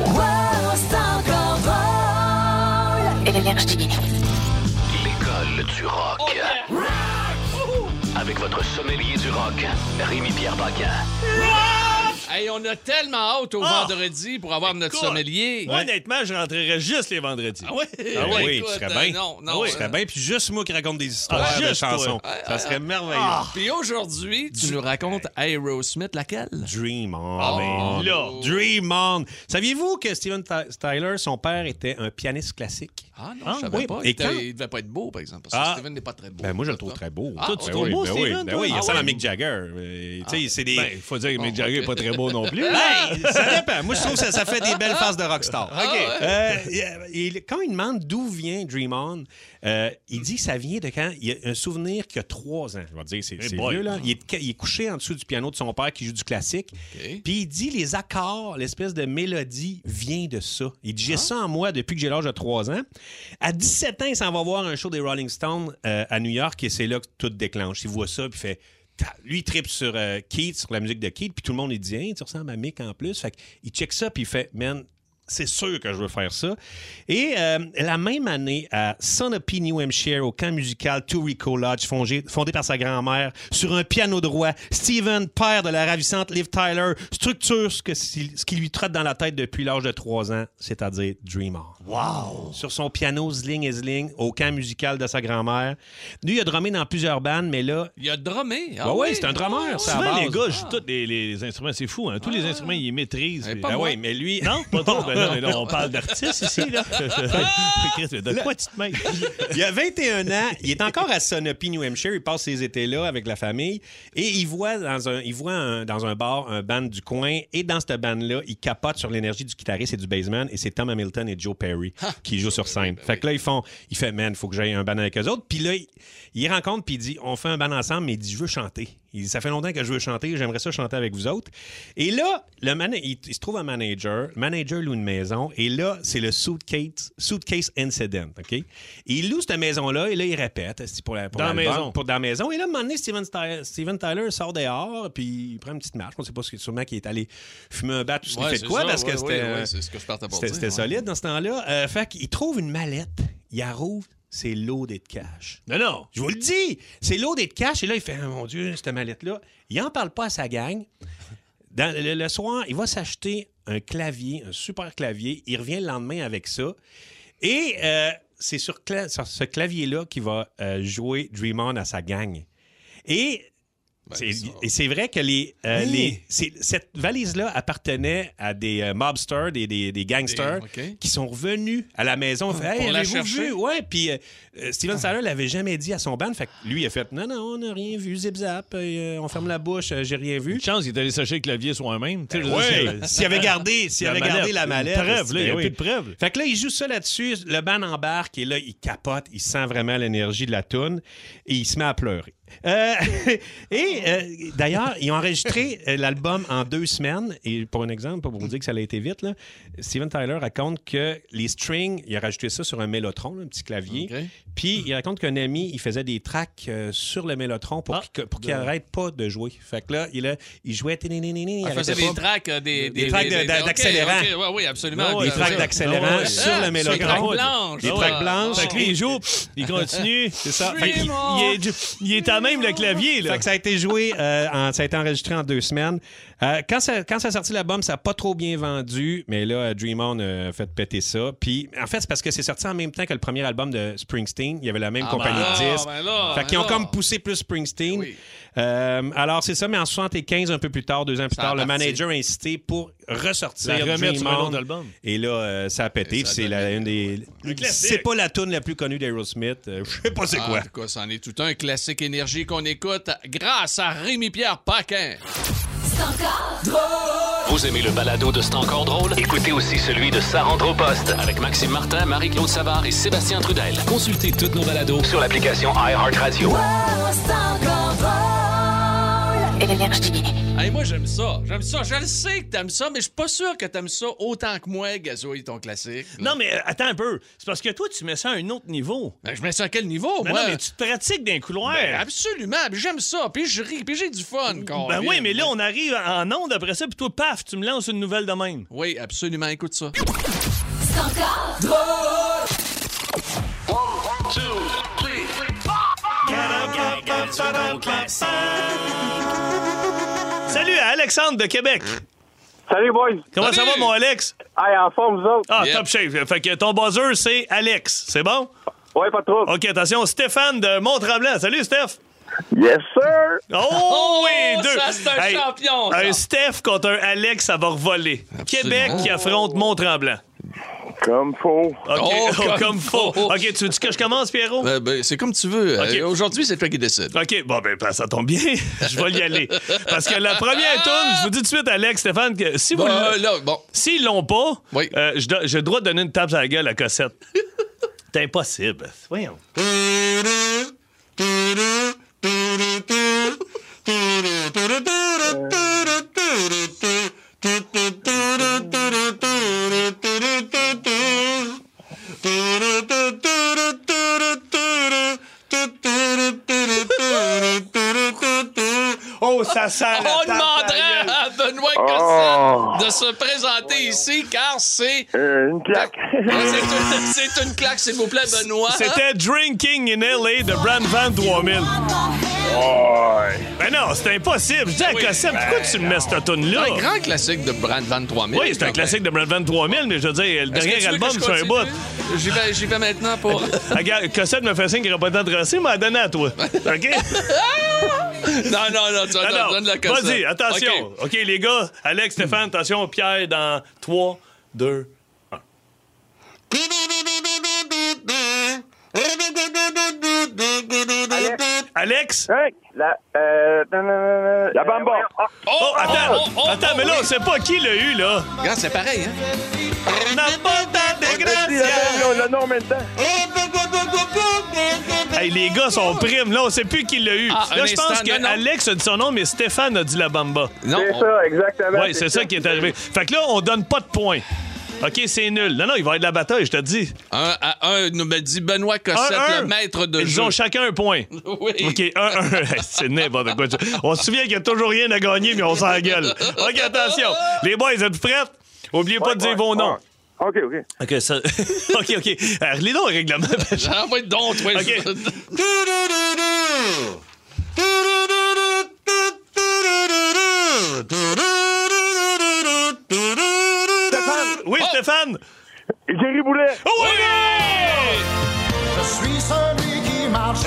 [SPEAKER 1] L'école du rock. Avec votre sommelier du rock, Rémi-Pierre Paquin.
[SPEAKER 3] Hey, on a tellement hâte au
[SPEAKER 2] Ah!
[SPEAKER 3] vendredi pour avoir notre
[SPEAKER 2] Écoute,
[SPEAKER 3] sommelier. *laughs*
[SPEAKER 2] Moi, honnêtement, je rentrerais juste les vendredis.
[SPEAKER 3] Ah oui?
[SPEAKER 6] Ah oui,
[SPEAKER 3] Écoute,
[SPEAKER 6] je serais
[SPEAKER 3] euh,
[SPEAKER 6] bien.
[SPEAKER 3] Non,
[SPEAKER 6] Ah
[SPEAKER 3] non.
[SPEAKER 6] oui, je serais
[SPEAKER 3] euh,
[SPEAKER 6] bien. Puis juste moi qui raconte des histoires
[SPEAKER 2] Ah,
[SPEAKER 6] de
[SPEAKER 2] juste toi.
[SPEAKER 6] chansons. ça serait merveilleux.
[SPEAKER 3] Puis aujourd'hui, tu nous racontes Aerosmith, laquelle?
[SPEAKER 6] Dream ben, on.
[SPEAKER 2] Ah,
[SPEAKER 6] man.
[SPEAKER 2] là.
[SPEAKER 6] Dream on. Saviez-vous que Steven Ty- Tyler, son père, était un pianiste classique?
[SPEAKER 3] Ah non,
[SPEAKER 6] Ah,
[SPEAKER 3] je savais
[SPEAKER 6] oui.
[SPEAKER 3] pas.
[SPEAKER 6] Et
[SPEAKER 3] Il, était-
[SPEAKER 6] quand-
[SPEAKER 3] il devait pas être beau, par exemple, parce que
[SPEAKER 6] Ah.
[SPEAKER 3] Steven n'est pas très beau.
[SPEAKER 6] Ben moi, je le trouve très beau.
[SPEAKER 3] Ah,
[SPEAKER 6] Toi,
[SPEAKER 3] oui.
[SPEAKER 6] trouves
[SPEAKER 2] Oui,
[SPEAKER 6] beau,
[SPEAKER 2] ben
[SPEAKER 6] Steven?
[SPEAKER 2] oui.
[SPEAKER 6] Ben
[SPEAKER 2] toi?
[SPEAKER 6] oui, il
[SPEAKER 2] Ah
[SPEAKER 6] ressemble à
[SPEAKER 2] ouais?
[SPEAKER 6] Mick Jagger. Euh, tu sais, c'est des...
[SPEAKER 2] Ben, faut dire que Mick Jagger est pas très beau non
[SPEAKER 6] *laughs*
[SPEAKER 2] plus.
[SPEAKER 6] Hey, oh. Ben, ça dépend. Moi, je trouve que ça fait des belles faces de rockstar.
[SPEAKER 2] Ah
[SPEAKER 3] ouais.
[SPEAKER 6] Euh, il- quand il demande d'où vient Dream On, euh, il dit que ça vient de quand il a un souvenir qu'il y a trois ans. Je vais te dire, c'est
[SPEAKER 2] Hey
[SPEAKER 6] c'est
[SPEAKER 2] boy.
[SPEAKER 6] vieux, là. Il est, ca- il est couché en dessous du piano de son père qui joue du classique.
[SPEAKER 3] OK.
[SPEAKER 6] Puis il dit les accords, l'espèce de mélodie vient de ça. Il dit J'ai ça en moi depuis que j'ai l'âge de trois ans. À 17 ans, il s'en va voir un show des Rolling Stones euh, à New York et c'est là que tout déclenche. Il voit ça puis il fait. Ta- Lui, il tripe sur euh, Keith, sur la musique de Keith, puis tout le monde lui dit Hein, tu ressembles à Mick en plus. Fait qu'il check ça, puis il fait Man, c'est sûr que je veux faire ça. Et euh, la même année, à Sunapee, New Hampshire, au camp musical Tourico Lodge, fondé, fondé par sa grand-mère, sur un piano droit, Steven, père de la ravissante Liv Tyler, structure ce, que, ce qui lui trotte dans la tête depuis l'âge de 3 ans, c'est-à-dire Dream On sur son piano zling et zling au camp musical de sa grand-mère. Lui, il a drummé dans plusieurs bandes, mais là...
[SPEAKER 3] Il a drummé. Ah
[SPEAKER 6] Ben
[SPEAKER 3] oui,
[SPEAKER 6] oui, c'est un drummer, ça. à
[SPEAKER 2] Souvent,
[SPEAKER 6] base.
[SPEAKER 2] les gars jouent tous les, les instruments. C'est fou, hein? Tous les instruments, ils maîtrisent.
[SPEAKER 3] Eh,
[SPEAKER 2] puis-
[SPEAKER 3] Ah. pas
[SPEAKER 2] Ah
[SPEAKER 6] Ben
[SPEAKER 3] moi.
[SPEAKER 6] oui, mais lui...
[SPEAKER 2] Non, pas trop. Ben non, mais là, on parle d'artistes ici, *laughs* là. Chris, mais de quoi tu te mêles?
[SPEAKER 6] *laughs* Il a 21 ans, il est encore à Sunapee, New Hampshire, il passe ses étés là avec la famille et il voit dans un, il voit un- dans un bar un band du coin et dans cette band-là, il capote sur l'énergie du guitariste et du bassman et c'est Tom Hamilton et Joe Perry qui jouent sur scène. fait que là, ils font, il fait, man, faut que j'aille un band avec eux autres. Puis là, il, il rencontre puis il dit, on fait un band ensemble, mais il dit, je veux chanter. Il dit, ça fait longtemps que je veux chanter, j'aimerais ça chanter avec vous autres. Et là, le mana- il, il se trouve un manager, le manager loue une maison, et là, c'est le suitcase, suitcase incident, OK? Et il loue cette maison-là, et là, il répète c'est pour la, pour
[SPEAKER 2] Dans la
[SPEAKER 6] l'album,
[SPEAKER 2] maison.
[SPEAKER 6] Pour dans la maison. Et là, à un moment donné, Steven, Sty- Steven Tyler sort dehors, puis il prend une petite marche. On ne sait pas, ce que- sûrement qu'il est allé fumer un bat ou ce qu'il
[SPEAKER 3] Ouais,
[SPEAKER 6] fait
[SPEAKER 3] c'est
[SPEAKER 6] de quoi,
[SPEAKER 3] ça,
[SPEAKER 6] parce
[SPEAKER 3] ouais,
[SPEAKER 6] que
[SPEAKER 3] ouais,
[SPEAKER 6] c'était... euh,
[SPEAKER 3] ouais, c'est ce que je partais pour
[SPEAKER 6] C'était
[SPEAKER 3] dire,
[SPEAKER 6] c'était
[SPEAKER 3] ouais.
[SPEAKER 6] solide dans ce temps-là. Euh, fait qu'il trouve une mallette, il la rouvre, c'est loadé de cash.
[SPEAKER 2] Non, non.
[SPEAKER 6] Je vous le dis, c'est loadé de cash. Et là, il fait, Ah, mon Dieu, cette mallette-là. Il n'en parle pas à sa gang. Dans- le, le soir, il va s'acheter un clavier, un super clavier. Il revient le lendemain avec ça. Et euh, c'est sur, cla- sur ce clavier-là qu'il va euh, jouer Dream On à sa gang. Et c'est-
[SPEAKER 3] Ben, ça.
[SPEAKER 6] et c'est vrai que les, euh,
[SPEAKER 2] Oui.
[SPEAKER 6] les- c'est- cette valise-là appartenait à des euh, mobsters, des, des- des gangsters,
[SPEAKER 3] Des- ok.
[SPEAKER 6] qui sont revenus à la maison.
[SPEAKER 2] Ah.
[SPEAKER 6] Hey,
[SPEAKER 3] Pour la
[SPEAKER 6] avez-vous
[SPEAKER 3] chercher.
[SPEAKER 6] vu? Ouais, puis euh, euh, Steven Tyler l'avait jamais dit à son band. Fait que lui, il a fait Non, non, on n'a rien vu, zip zap, euh, on ferme la bouche, euh, j'ai rien vu.
[SPEAKER 2] Une chance, il est allé sécher le clavier soi-même. Tu sais, je veux dire,
[SPEAKER 6] Ouais, s'il avait gardé, s'il
[SPEAKER 2] La
[SPEAKER 6] avait gardé
[SPEAKER 2] mallette.
[SPEAKER 6] la
[SPEAKER 2] Une
[SPEAKER 6] mallette.
[SPEAKER 2] preuve, là, il y a
[SPEAKER 6] ben
[SPEAKER 2] plus de preuve.
[SPEAKER 6] Fait que là, il joue ça là-dessus, le band embarque et là, il capote, il sent vraiment l'énergie de la toune et il se met à pleurer. Euh, *laughs* et euh, d'ailleurs, ils ont enregistré euh, l'album en deux semaines. Et pour un exemple, pour vous dire que ça a été vite, là, Steven Tyler raconte que les strings, il a rajouté ça sur un mélotron, là, un petit clavier.
[SPEAKER 3] OK.
[SPEAKER 6] Puis il raconte qu'un ami, il faisait des tracks euh, sur le mélotron pour
[SPEAKER 2] Ah,
[SPEAKER 6] qu'il pour qu'il
[SPEAKER 2] de-
[SPEAKER 6] arrête pas de jouer. Fait que là, il, a- il jouait. Il
[SPEAKER 3] Il faisait
[SPEAKER 6] arrêtait
[SPEAKER 3] des
[SPEAKER 6] pas.
[SPEAKER 3] tracks, euh, des,
[SPEAKER 6] Des tracks de- d'a-
[SPEAKER 3] ok,
[SPEAKER 6] d'accélérant.
[SPEAKER 3] ok, ouais, oui, absolument.
[SPEAKER 2] Non,
[SPEAKER 6] Des
[SPEAKER 2] ouais,
[SPEAKER 3] Ça-
[SPEAKER 6] tracks
[SPEAKER 3] ça-
[SPEAKER 6] d'accélérant
[SPEAKER 2] Ouais.
[SPEAKER 6] sur le
[SPEAKER 3] Sur les
[SPEAKER 6] mélotron.
[SPEAKER 3] tracks blanches.
[SPEAKER 6] Des
[SPEAKER 3] Ah,
[SPEAKER 6] tracks blanches.
[SPEAKER 2] Fait que lui, il joue, il continue. *laughs* C'est
[SPEAKER 6] ça.
[SPEAKER 2] Fait qu'il- il, est, il est à même le clavier, là.
[SPEAKER 6] Fait que ça a été joué, euh, en- ça a été enregistré en deux semaines. Euh, quand, ça, quand ça a sorti l'album, ça n'a pas trop bien vendu, mais là, euh, Dream On a fait péter ça. Puis, en fait, c'est parce que c'est sorti en même temps que le premier album de Springsteen. Il y avait la même
[SPEAKER 3] Ah,
[SPEAKER 6] compagnie
[SPEAKER 3] ben là,
[SPEAKER 6] de disques.
[SPEAKER 3] ben là,
[SPEAKER 6] fait
[SPEAKER 3] ben
[SPEAKER 6] qu'ils ont
[SPEAKER 3] là.
[SPEAKER 6] comme poussé plus Springsteen.
[SPEAKER 3] Ben Oui.
[SPEAKER 6] Euh, alors, c'est ça, mais en 75, un peu plus tard, deux ans plus
[SPEAKER 3] Ça a
[SPEAKER 6] tard, le
[SPEAKER 3] parti.
[SPEAKER 6] manager a incité pour ressortir
[SPEAKER 2] La remettre
[SPEAKER 6] Dream
[SPEAKER 2] sur un
[SPEAKER 6] On.
[SPEAKER 2] autre album.
[SPEAKER 6] Et là, euh, ça a pété.
[SPEAKER 3] Et
[SPEAKER 6] puis
[SPEAKER 3] ça
[SPEAKER 6] c'est
[SPEAKER 3] a
[SPEAKER 6] la-
[SPEAKER 3] donné- euh,
[SPEAKER 6] une des.
[SPEAKER 2] Un classique.
[SPEAKER 6] C'est pas la tune la plus connue d'Aerosmith. Euh, je sais pas c'est
[SPEAKER 3] Ah,
[SPEAKER 6] quoi.
[SPEAKER 3] en tout cas, c'en est tout un classique énergie qu'on écoute grâce à Rémi-Pierre Paquin.
[SPEAKER 1] Vous aimez le balado de C'est encore drôle? Écoutez aussi celui de Sa rentre au poste avec Maxime Martin, Marie-Claude Savard et Sébastien Trudel. Consultez tous nos balados sur l'application iHeartRadio.
[SPEAKER 3] Hey, moi, j'aime ça. J'aime ça. Je le sais que t'aimes ça, mais je suis pas sûr que t'aimes ça autant que moi, Gazouille, ton classique.
[SPEAKER 2] Non, mais euh, attends un peu. C'est parce que toi, tu mets ça à un autre niveau.
[SPEAKER 3] Ben, je mets ça à quel niveau,
[SPEAKER 2] Mais
[SPEAKER 3] moi?
[SPEAKER 2] non, mais tu te pratiques d'un couloir.
[SPEAKER 3] Ben, Absolument. Puis j'aime ça. Puis je ris. Puis j'ai du fun.
[SPEAKER 2] Ben
[SPEAKER 3] Colin.
[SPEAKER 2] oui, mais là, on arrive en onde après ça, puis toi, paf, tu me lances une nouvelle de même.
[SPEAKER 3] Oui, absolument. Écoute ça.
[SPEAKER 2] Salut à Alexandre de Québec.
[SPEAKER 7] Salut, boys.
[SPEAKER 2] Comment
[SPEAKER 3] Salut.
[SPEAKER 2] ça va, mon Alex?
[SPEAKER 7] Hey, en forme, vous autres?
[SPEAKER 2] Ah,
[SPEAKER 3] Yep.
[SPEAKER 2] top shape. Fait que ton buzzer, c'est Alex. C'est bon?
[SPEAKER 7] Ouais, pas trop.
[SPEAKER 2] OK, attention, Stéphane de Mont-Tremblant. Salut, Steph.
[SPEAKER 7] Yes, sir.
[SPEAKER 3] *laughs*
[SPEAKER 2] Oh, oui, deux.
[SPEAKER 3] ça, c'est un champion, ça.
[SPEAKER 2] Un Steph contre un Alex, ça va revoler. Québec qui affronte Mont-Tremblant.
[SPEAKER 7] Comme faux.
[SPEAKER 2] OK,
[SPEAKER 3] Oh,
[SPEAKER 2] oh, *laughs*
[SPEAKER 3] comme
[SPEAKER 2] comme, faux.
[SPEAKER 3] faux.
[SPEAKER 2] OK, tu dis que je commence, Pierrot?
[SPEAKER 3] Ben, ben, c'est comme tu veux.
[SPEAKER 2] OK.
[SPEAKER 3] Euh, Aujourd'hui, c'est toi qui décide.
[SPEAKER 2] OK, bon, ben, ben, ça tombe bien. *laughs* je vais y aller. Parce que la première tourne, je vous dis tout de suite, Alex, Stéphane, que si vous.
[SPEAKER 3] Bon,
[SPEAKER 2] le-
[SPEAKER 3] euh, là, bon.
[SPEAKER 2] S'ils l'ont pas,
[SPEAKER 3] Oui.
[SPEAKER 2] euh, je do- j'ai le droit de donner une tape sur la gueule à
[SPEAKER 3] *laughs*
[SPEAKER 2] Cossette. C'est impossible. Voyons. Oh, ça sent la
[SPEAKER 3] On
[SPEAKER 2] tape sur la
[SPEAKER 3] demandera
[SPEAKER 2] gueule.
[SPEAKER 3] à Benoît
[SPEAKER 7] Oh.
[SPEAKER 3] Cossette de se présenter ici, car c'est...
[SPEAKER 7] Euh,
[SPEAKER 2] *laughs*
[SPEAKER 7] une claque.
[SPEAKER 3] C'est une- C'est une claque, s'il vous plaît, Benoît.
[SPEAKER 2] C'était Drinking in LA de Brand Van 3000.
[SPEAKER 7] Ouais.
[SPEAKER 2] Ben non, c'est impossible. Je dis à
[SPEAKER 3] oui, ben
[SPEAKER 2] Cossette, pourquoi tu me mets cette tune là
[SPEAKER 3] un grand classique de Brand Van 3000.
[SPEAKER 2] Oui, c'est un
[SPEAKER 3] quand
[SPEAKER 2] classique de Brand Van 3000, mais je veux dire, le
[SPEAKER 3] même. Est-ce que
[SPEAKER 2] dernier
[SPEAKER 3] tu veux que
[SPEAKER 2] album,
[SPEAKER 3] je
[SPEAKER 2] c'est un bout.
[SPEAKER 3] continue? J'y vais, j'y vais maintenant pour...
[SPEAKER 2] Regarde, Cossette me fait signe qu'il n'aurait pas le temps de rasser, mais elle donne à toi. OK?
[SPEAKER 3] *laughs* Non, non, non, tu
[SPEAKER 2] Alors,
[SPEAKER 3] attends, donne la Cossette.
[SPEAKER 2] vas-y, attention.
[SPEAKER 3] OK.
[SPEAKER 2] OK, les gars, Alex, Stéphane, attention, Pierre, dans 3, 2,
[SPEAKER 7] Alex.
[SPEAKER 2] Alex?
[SPEAKER 7] Hey, La, euh, nan, nan, nan, nan. la bamba.
[SPEAKER 2] Oh, attends,
[SPEAKER 3] oh, oh,
[SPEAKER 2] attends,
[SPEAKER 3] oh,
[SPEAKER 2] mais là,
[SPEAKER 3] oui.
[SPEAKER 2] on sait pas qui l'a eu, là.
[SPEAKER 3] Regarde, c'est pareil, hein?
[SPEAKER 2] On n'a pas de
[SPEAKER 7] *laughs*
[SPEAKER 2] dégraciation.
[SPEAKER 7] On l'a nommé en même temps.
[SPEAKER 2] Hey, les gars sont primes. Là, on sait plus qui l'a eu.
[SPEAKER 3] Ah, un
[SPEAKER 2] là, je pense
[SPEAKER 3] instant,
[SPEAKER 2] que
[SPEAKER 3] non, non.
[SPEAKER 2] Alex a dit son nom, mais Stéphane a dit la bamba.
[SPEAKER 3] Non,
[SPEAKER 7] C'est
[SPEAKER 3] on-
[SPEAKER 7] ça, exactement.
[SPEAKER 2] Oui, c'est ça qui est arrivé. Fait que là, on donne pas de points. OK, c'est nul. Non, non, il va y avoir de la bataille, je te dis.
[SPEAKER 3] un à un, nous me dit Benoît Cossette,
[SPEAKER 2] Un, un.
[SPEAKER 3] le maître de
[SPEAKER 2] Ils
[SPEAKER 3] jeu.
[SPEAKER 2] ont chacun un point.
[SPEAKER 3] Oui.
[SPEAKER 2] OK, un,
[SPEAKER 3] *laughs*
[SPEAKER 2] un. C'est n'importe quoi. On se souvient qu'il n'y a toujours rien à gagner, mais on s'en gueule. OK, attention. Les boys, êtes prêts? Oubliez pas de dire vos noms.
[SPEAKER 7] OK, OK.
[SPEAKER 2] OK, ça... *laughs* OK, OK. Alors, les noms au règlement.
[SPEAKER 3] *laughs* J'en vais donc, toi.
[SPEAKER 2] OK.
[SPEAKER 7] Stéphane,
[SPEAKER 2] Oui, Stéphane!
[SPEAKER 7] Jerry Boulet.
[SPEAKER 3] Oh!
[SPEAKER 2] Oui!
[SPEAKER 8] Je suis celui qui marche.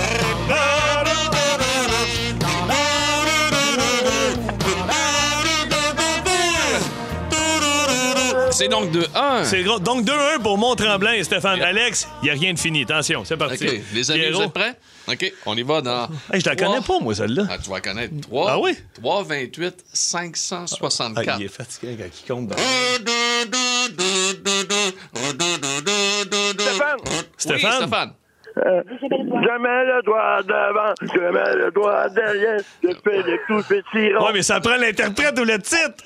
[SPEAKER 3] C'est donc de 1.
[SPEAKER 2] C'est gros. Donc 2-1 pour Mont-Tremblant et Stéphane. Alex, il n'y a rien de fini. Attention, c'est parti.
[SPEAKER 3] OK. Les amis, vous
[SPEAKER 2] Pierrot.
[SPEAKER 3] êtes prêts? OK. On y va dans.
[SPEAKER 2] Hey, je la connais pas, moi, celle-là.
[SPEAKER 3] Ah, tu vas connaître 3.
[SPEAKER 2] Ah oui?
[SPEAKER 3] 3, 28, 564.
[SPEAKER 2] Ah, fatigué quand il compte.
[SPEAKER 7] Stéphane.
[SPEAKER 3] Oui,
[SPEAKER 2] Stéphane?
[SPEAKER 3] Stéphane.
[SPEAKER 7] Jamais le doigt devant, jamais le doigt derrière. Je fais des coups de petit rond.
[SPEAKER 2] Ouais, mais ça prend l'interprète ou le titre.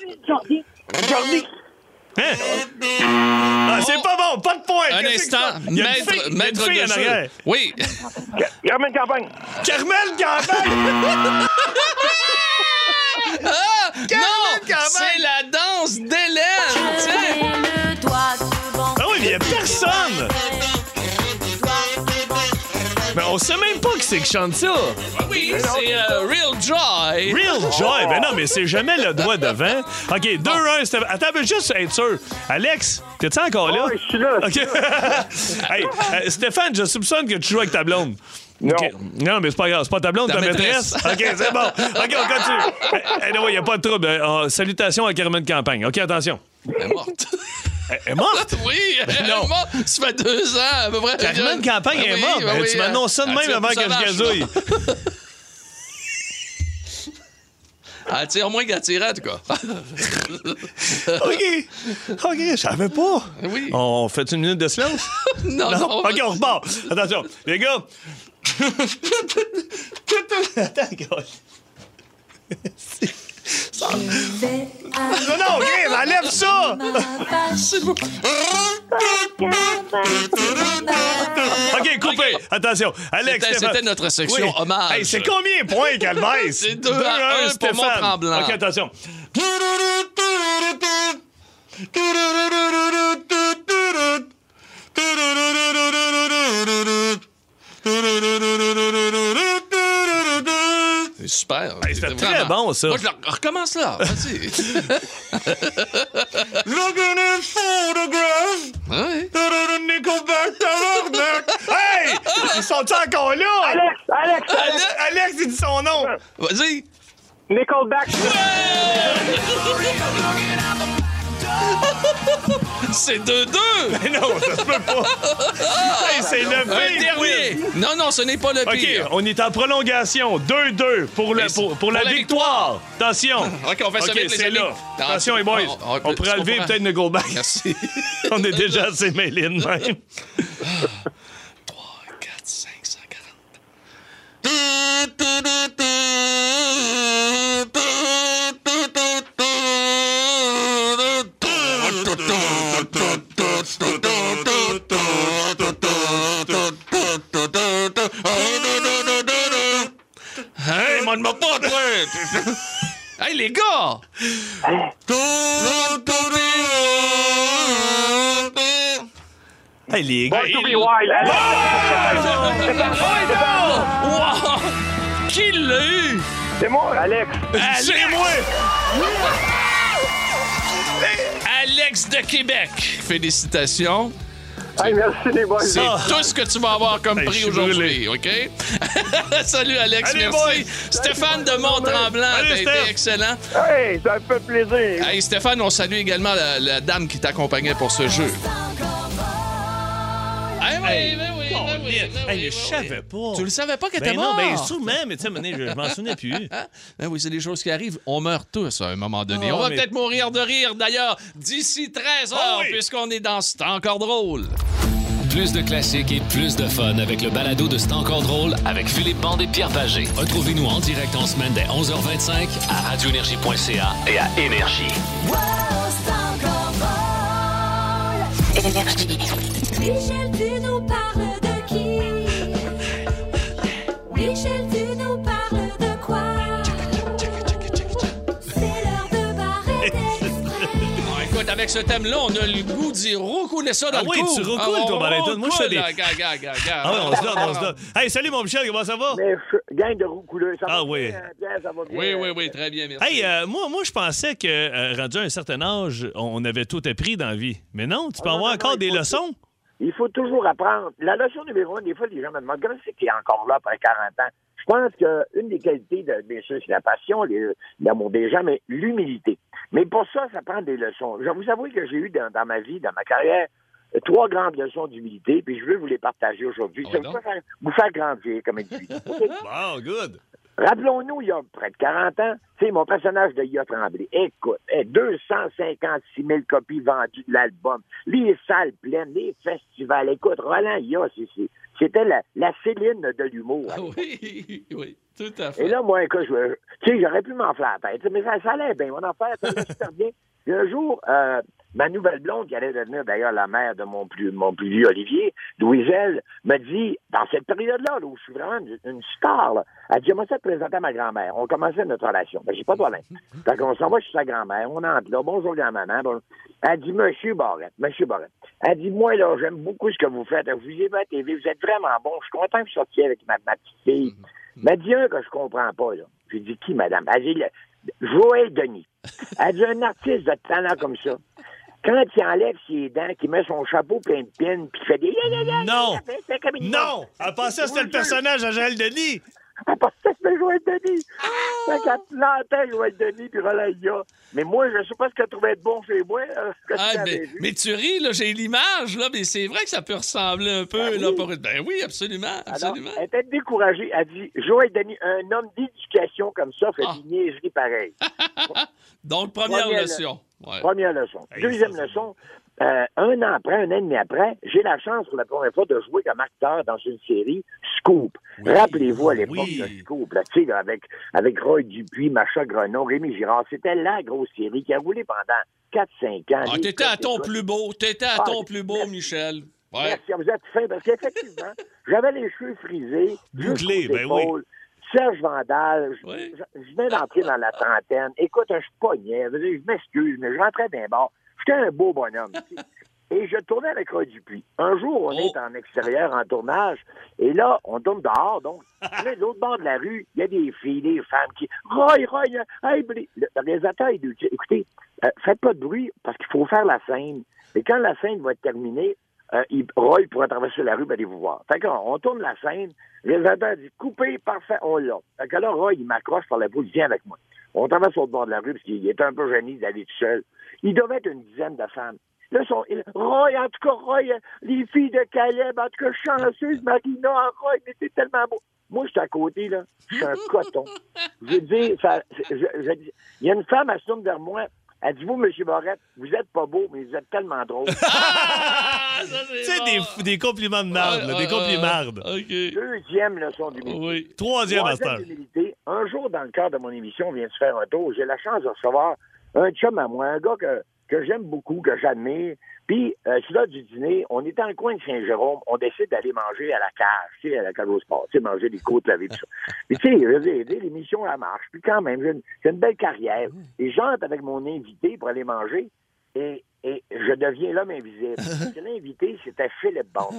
[SPEAKER 2] Hein? Ah, c'est pas bon, pas de point.
[SPEAKER 3] Un
[SPEAKER 2] Qu'est-ce que c'est
[SPEAKER 3] instant,
[SPEAKER 2] que ça? Il y a une fille, il y a
[SPEAKER 3] maître,
[SPEAKER 2] une
[SPEAKER 3] maître
[SPEAKER 2] fille en
[SPEAKER 3] de jeu.
[SPEAKER 2] arrière.
[SPEAKER 3] Oui,
[SPEAKER 7] Carmen Campagne.
[SPEAKER 2] Carmel Gambin!
[SPEAKER 3] non, c'est la danse d'Hélène. Tiens.
[SPEAKER 2] Ah oui, mais il y a personne. Mais on sait même pas qui c'est qui chante ça.
[SPEAKER 3] Oui, c'est euh, Real Joy.
[SPEAKER 2] Real
[SPEAKER 7] Oh!
[SPEAKER 2] Joy. Ben non, mais c'est jamais le doigt devant. OK, 2-1. Stéphane. Attends, mais juste être sûr. Alex, t'es-tu encore là?
[SPEAKER 7] Ouais, je suis là.
[SPEAKER 2] OK. *laughs* hey, euh, Stéphane, je soupçonne que tu joues avec ta blonde.
[SPEAKER 7] Non.
[SPEAKER 2] OK. Non, mais c'est pas grave. C'est pas ta blonde, ta,
[SPEAKER 3] Ta
[SPEAKER 2] maîtresse. OK, c'est bon. OK, on continue. Eh, eh, non, il n'y a pas de trouble. Eh, euh, salutations à Carmen Campagne. OK, attention.
[SPEAKER 3] Elle est morte. *laughs*
[SPEAKER 2] Eh, Elle est morte?
[SPEAKER 3] Oui, elle est morte. Ça fait deux ans, à peu près.
[SPEAKER 2] Carmen Campagne
[SPEAKER 3] Ah
[SPEAKER 2] est
[SPEAKER 3] oui,
[SPEAKER 2] morte.
[SPEAKER 3] ah
[SPEAKER 2] Ben,
[SPEAKER 3] oui,
[SPEAKER 2] tu
[SPEAKER 3] ah.
[SPEAKER 2] m'annonces ça de *laughs*
[SPEAKER 3] Ah,
[SPEAKER 2] même
[SPEAKER 3] tu
[SPEAKER 2] avant
[SPEAKER 3] vois,
[SPEAKER 2] que
[SPEAKER 3] ça
[SPEAKER 2] je
[SPEAKER 3] marche,
[SPEAKER 2] gazouille.
[SPEAKER 3] Elle tire moins qu'elle tirait, en tout cas. Ah
[SPEAKER 2] OK. OK, je savais pas.
[SPEAKER 3] Oui.
[SPEAKER 2] On fait une minute de silence?
[SPEAKER 3] non,
[SPEAKER 2] Oh. Non.
[SPEAKER 3] non.
[SPEAKER 2] OK, on repart. Attention. Les gars. Attends, gars. Ça- Non, non, OK, mais enlève ça! OK, coupez! Attention. Alex,
[SPEAKER 3] C'était-
[SPEAKER 2] Stéphane.
[SPEAKER 3] c'était notre section hommage.
[SPEAKER 2] Hey, c'est combien de points, Calvez?
[SPEAKER 3] C'est deux à un pour
[SPEAKER 2] Stéphane.
[SPEAKER 3] Mont-Tremblant.
[SPEAKER 2] OK, attention.
[SPEAKER 3] C'est super.
[SPEAKER 2] Hey, c'était
[SPEAKER 3] C'était
[SPEAKER 2] très bon, ça.
[SPEAKER 3] Moi, je le- recommence là. Vas-y.
[SPEAKER 2] *laughs*
[SPEAKER 3] Ouais.
[SPEAKER 2] Hey! Ils sont encore là?
[SPEAKER 7] Alex, Alex, Alex,
[SPEAKER 2] Alex, Alex, il dit son nom!
[SPEAKER 3] Vas-y.
[SPEAKER 7] Nickelback.
[SPEAKER 3] *laughs* C'est 2-2.
[SPEAKER 2] Mais *laughs* non, ça se peut pas! Hey, c'est le
[SPEAKER 3] Un
[SPEAKER 2] pire quiz.
[SPEAKER 3] dernier. Non, non, ce n'est pas le pire.
[SPEAKER 2] OK, on est en prolongation. 2-2 pour, le-
[SPEAKER 3] Mais c'est-
[SPEAKER 2] pour, pour,
[SPEAKER 3] pour
[SPEAKER 2] la,
[SPEAKER 3] la
[SPEAKER 2] victoire. Attention.
[SPEAKER 3] *laughs* OK, on fait ça
[SPEAKER 2] OK,
[SPEAKER 3] vite, les
[SPEAKER 2] c'est
[SPEAKER 3] amis.
[SPEAKER 2] là.
[SPEAKER 3] Non,
[SPEAKER 2] Attention, les boys.
[SPEAKER 3] on-
[SPEAKER 2] On,
[SPEAKER 3] on-
[SPEAKER 2] pourrait
[SPEAKER 3] on
[SPEAKER 2] enlever
[SPEAKER 3] comprend.
[SPEAKER 2] peut-être nos back.
[SPEAKER 9] *laughs*
[SPEAKER 3] Merci.
[SPEAKER 2] on est déjà assez mêlés de
[SPEAKER 3] *laughs*
[SPEAKER 2] même.
[SPEAKER 3] 4, 5, 140. Hey, demande-moi pas, toi! hey, les gars!
[SPEAKER 2] hey, les gars.
[SPEAKER 7] Born to be wild. Alex,
[SPEAKER 2] Ah!
[SPEAKER 3] Oh, Wow! Qui l'a eu?
[SPEAKER 7] c'est moi, Alex.
[SPEAKER 2] C'est moi.
[SPEAKER 3] Alex de Québec. Félicitations.
[SPEAKER 7] Hey, Ah, merci les boys.
[SPEAKER 3] C'est
[SPEAKER 2] Ah.
[SPEAKER 3] tout ce que tu vas avoir comme
[SPEAKER 2] Hey, je
[SPEAKER 3] prix
[SPEAKER 2] suis
[SPEAKER 3] aujourd'hui, OK? *laughs* Salut Alex,
[SPEAKER 2] Allez,
[SPEAKER 3] merci.
[SPEAKER 2] boys.
[SPEAKER 3] Stéphane de Mont-Tremblant,
[SPEAKER 2] Allez,
[SPEAKER 3] t'as
[SPEAKER 2] Steph.
[SPEAKER 3] été excellent.
[SPEAKER 7] Hey, ça me fait plaisir.
[SPEAKER 3] Hey Stéphane, on salue également la, la dame qui t'accompagnait pour ce jeu. Eh oui,
[SPEAKER 9] Hey,
[SPEAKER 3] ben oui, ben oui, ben oui,
[SPEAKER 9] Oh, Hey, je
[SPEAKER 3] ben oui.
[SPEAKER 9] savais pas.
[SPEAKER 3] Tu le savais pas qu'elle était
[SPEAKER 9] ben non,
[SPEAKER 3] morte?
[SPEAKER 9] ben sûrement, mais tu sais, à un moment donné, je, je m'en souvenais
[SPEAKER 3] *laughs*
[SPEAKER 9] plus.
[SPEAKER 3] Hein? Ben oui, c'est des choses qui arrivent. On meurt tous à un moment donné.
[SPEAKER 9] Ah,
[SPEAKER 3] on va
[SPEAKER 9] mais- Ah
[SPEAKER 3] peut-être mourir de rire, d'ailleurs, d'ici 13 heures,
[SPEAKER 2] oui.
[SPEAKER 3] puisqu'on est dans C'est encore drôle.
[SPEAKER 1] Plus de classiques et plus de fun avec le balado de C'est encore drôle avec Philippe Bande et Pierre Pagé. Retrouvez-nous en direct en semaine dès 11h25 à radioénergie.ca et à Énergie.
[SPEAKER 4] Énergie.
[SPEAKER 10] Michel, tu nous parles de qui Michel, tu nous parles de quoi C'est l'heure de barrer
[SPEAKER 3] *laughs*
[SPEAKER 10] d'exprès.
[SPEAKER 3] Ah, écoute, avec ce thème-là, on a le goût d'y roucouler ça dans
[SPEAKER 9] Ah
[SPEAKER 3] le
[SPEAKER 9] oui,
[SPEAKER 3] cou.
[SPEAKER 9] tu roucoules, toi,
[SPEAKER 3] on
[SPEAKER 9] Barrette. Moi, je fais des-
[SPEAKER 3] roucoule, gars, gars, gars, gars.
[SPEAKER 9] Ah oui, on se donne, on se donne.
[SPEAKER 2] Hey, salut, mon Michel. Comment ça va?
[SPEAKER 7] Mais je- gang de roucouleurs, ça va
[SPEAKER 9] Ah oui.
[SPEAKER 7] bien, Pierre, ça va bien.
[SPEAKER 3] Oui, oui, oui, très bien, merci.
[SPEAKER 9] Hey, euh, moi, moi je pensais que, euh, rendu à un certain âge, on avait tout appris dans la vie. Mais non, tu peux
[SPEAKER 7] non,
[SPEAKER 9] avoir
[SPEAKER 7] non,
[SPEAKER 9] encore
[SPEAKER 7] non,
[SPEAKER 9] des
[SPEAKER 7] il faut-
[SPEAKER 9] leçons.
[SPEAKER 7] Il faut toujours apprendre. La leçon numéro un, des fois, les gens me demandent comment c'est qu'il est encore là après 40 ans. Je pense qu'une des qualités, de, bien sûr, c'est la passion, les- l'amour des gens, mais l'humilité. Mais pour ça, ça prend des leçons. Je vais vous avoue que j'ai eu dans, dans ma vie, dans ma carrière, euh, trois grandes leçons d'humilité, puis je veux vous les partager aujourd'hui.
[SPEAKER 3] Ah
[SPEAKER 7] Ça
[SPEAKER 3] oui,
[SPEAKER 7] vous
[SPEAKER 3] donc.
[SPEAKER 7] faire, vous faire grandir comme
[SPEAKER 3] *laughs*
[SPEAKER 7] individu. OK?
[SPEAKER 2] Wow, good.
[SPEAKER 7] Rappelons-nous, il y a près de 40 ans, tu sais, mon personnage de Yves Tremblay, écoute, eh, 256 000 copies vendues de l'album, les salles pleines, les festivals. Écoute, Roland Yves, c'est- c'est- c'était la, la Céline de l'humour.
[SPEAKER 3] Ah Oui, *laughs* oui, tout à fait.
[SPEAKER 7] Et là, moi, écoute, je- tu sais, j'aurais pu m'en faire la tête, mais ça, ça allait bien, mon affaire, ça allait super bien. Puis un jour, euh, ma nouvelle blonde, qui allait devenir d'ailleurs la mère de mon plus, mon plus vieux Olivier, Louiselle, me dit, dans cette période-là, là, où je suis vraiment une, une star, là, elle dit, j'aimerais ça te présenter à ma grand-mère. On commençait notre relation. Ben, j'ai pas de problème. Fait qu'on s'en va chez sa grand-mère, on entre là, bonjour grand-maman. Bon- Elle dit, monsieur Barrette, monsieur Barrette. Elle dit, moi, là, j'aime beaucoup ce que vous faites. Vous aimez la TV, vous êtes vraiment bon. Je suis content que vous sortiez avec ma, ma petite fille.
[SPEAKER 3] Hmm.
[SPEAKER 7] Mais dis un que je comprends pas, là. J'ai dit qui, madame? Elle dit le-
[SPEAKER 3] *laughs*
[SPEAKER 7] Joël Denis. Elle dit un artiste de talent comme ça. Quand il enlève ses dents, qu'il met son chapeau plein de pins, puis qu'il fait des.
[SPEAKER 9] Non!
[SPEAKER 7] Fait comme une-
[SPEAKER 2] Non! Elle pensait que c'était le personnage à Joël Denis.
[SPEAKER 7] Elle pensait Ah, que je jouais avec Denis.
[SPEAKER 3] Ah!
[SPEAKER 7] Fait qu'elle plantait jouer avec Denis puis Roland Mais moi, je sais pas ce qu'elle trouvait de bon chez moi. euh, ce que
[SPEAKER 3] Ah,
[SPEAKER 7] tu avais
[SPEAKER 3] mais,
[SPEAKER 7] vu.
[SPEAKER 3] mais tu ris, là, j'ai l'image, là, mais c'est vrai que ça peut ressembler un peu, là, pour une- Ben oui, absolument,
[SPEAKER 7] Ah Alors,
[SPEAKER 3] absolument.
[SPEAKER 7] elle était découragée. Elle dit Joël Denis, un homme d'éducation comme ça fait
[SPEAKER 3] Ah.
[SPEAKER 7] des niaiseries pareilles.
[SPEAKER 3] Donc, première
[SPEAKER 7] Première
[SPEAKER 3] leçon. Ouais.
[SPEAKER 7] Première leçon. Deuxième leçon. euh, un an après, un an et demi après, j'ai la chance pour la première fois de jouer comme acteur dans une série Scoop. Rappelez-vous à l'époque de Scoop, là, tu sais, là, avec, avec Roy Dupuis, Macha Grenon, Rémi Girard. C'était la grosse série qui a roulé pendant 4-5 ans.
[SPEAKER 3] Ah,
[SPEAKER 7] Les
[SPEAKER 3] t'étais à ton plus beau, t'étais à
[SPEAKER 7] Ah,
[SPEAKER 3] ton plus beau, Michel. Ouais.
[SPEAKER 7] Merci, vous êtes fin, parce qu'effectivement, *laughs* j'avais les cheveux frisés,
[SPEAKER 9] Bouclés,
[SPEAKER 7] bouclés,
[SPEAKER 9] ben oui.
[SPEAKER 7] Serge Vandal, je, je- je venais d'entrer dans la trentaine. Écoute, je pognais, je veux dire, je m'excuse, mais je rentrais d'un bar. J'étais un beau bonhomme. tu sais. Et je tournais avec Roy Dupuis. Un jour, on est en extérieur, en tournage, et là, on tourne dehors, donc, là, de l'autre bord de la rue, il y a des filles, des femmes qui... Roy, Roy, euh, hey, Bli- le le réalisateur, il lui dit, écoutez, euh, faites pas de bruit, parce qu'il faut faire la scène. Et quand la scène va être terminée, euh, il, Roy pourra traverser la rue, ben, allez vous voir. Fait qu'on on tourne la scène, le réalisateur dit, coupez, parfait, on l'a. Fait que là, Roy, il m'accroche par la peau, il dit, viens avec moi. On traverse sur le bord de la rue, parce qu'il était un peu gêné d'aller tout seul. Il devait être une dizaine de femmes. Là, ils sont, ils- Roy, en tout cas, Roy, euh, les filles de Caleb, en tout cas, chanceuse, Marina, ah, Roy, mais c'est tellement beau. Moi, je suis à côté, là. Je suis un coton. Je veux dire, ça- je- je dis- il y a une femme, elle se tourne vers moi. Elle dit, vous, M. Barrette, vous êtes pas beau, mais vous êtes tellement drôle.
[SPEAKER 3] Ah,
[SPEAKER 9] Tu sais, des, f- des compliments de marde, là, des complimardes.
[SPEAKER 3] ah,
[SPEAKER 7] Deuxième leçon d'humilité.
[SPEAKER 9] Troisième, Master.
[SPEAKER 7] d'humilité. Un jour, dans le cadre de mon émission, on vient de se faire un tour. J'ai la chance de recevoir un chum à moi, un gars que, que j'aime beaucoup, que j'admire. Puis, euh, sur l'heure du dîner, on est dans le coin de Saint-Jérôme. On décide d'aller manger à la cage, tu sais, à la cage au sport. Tu sais, manger des côtes lavées, tout ça. Puis, tu sais, je veux dire, tu sais, l'émission, elle marche. Puis, quand même, j'ai une, j'ai une belle carrière. Et j'entre avec mon invité pour aller manger. Et, et je deviens l'homme invisible. Parce que L'invité, c'était Philippe Bond.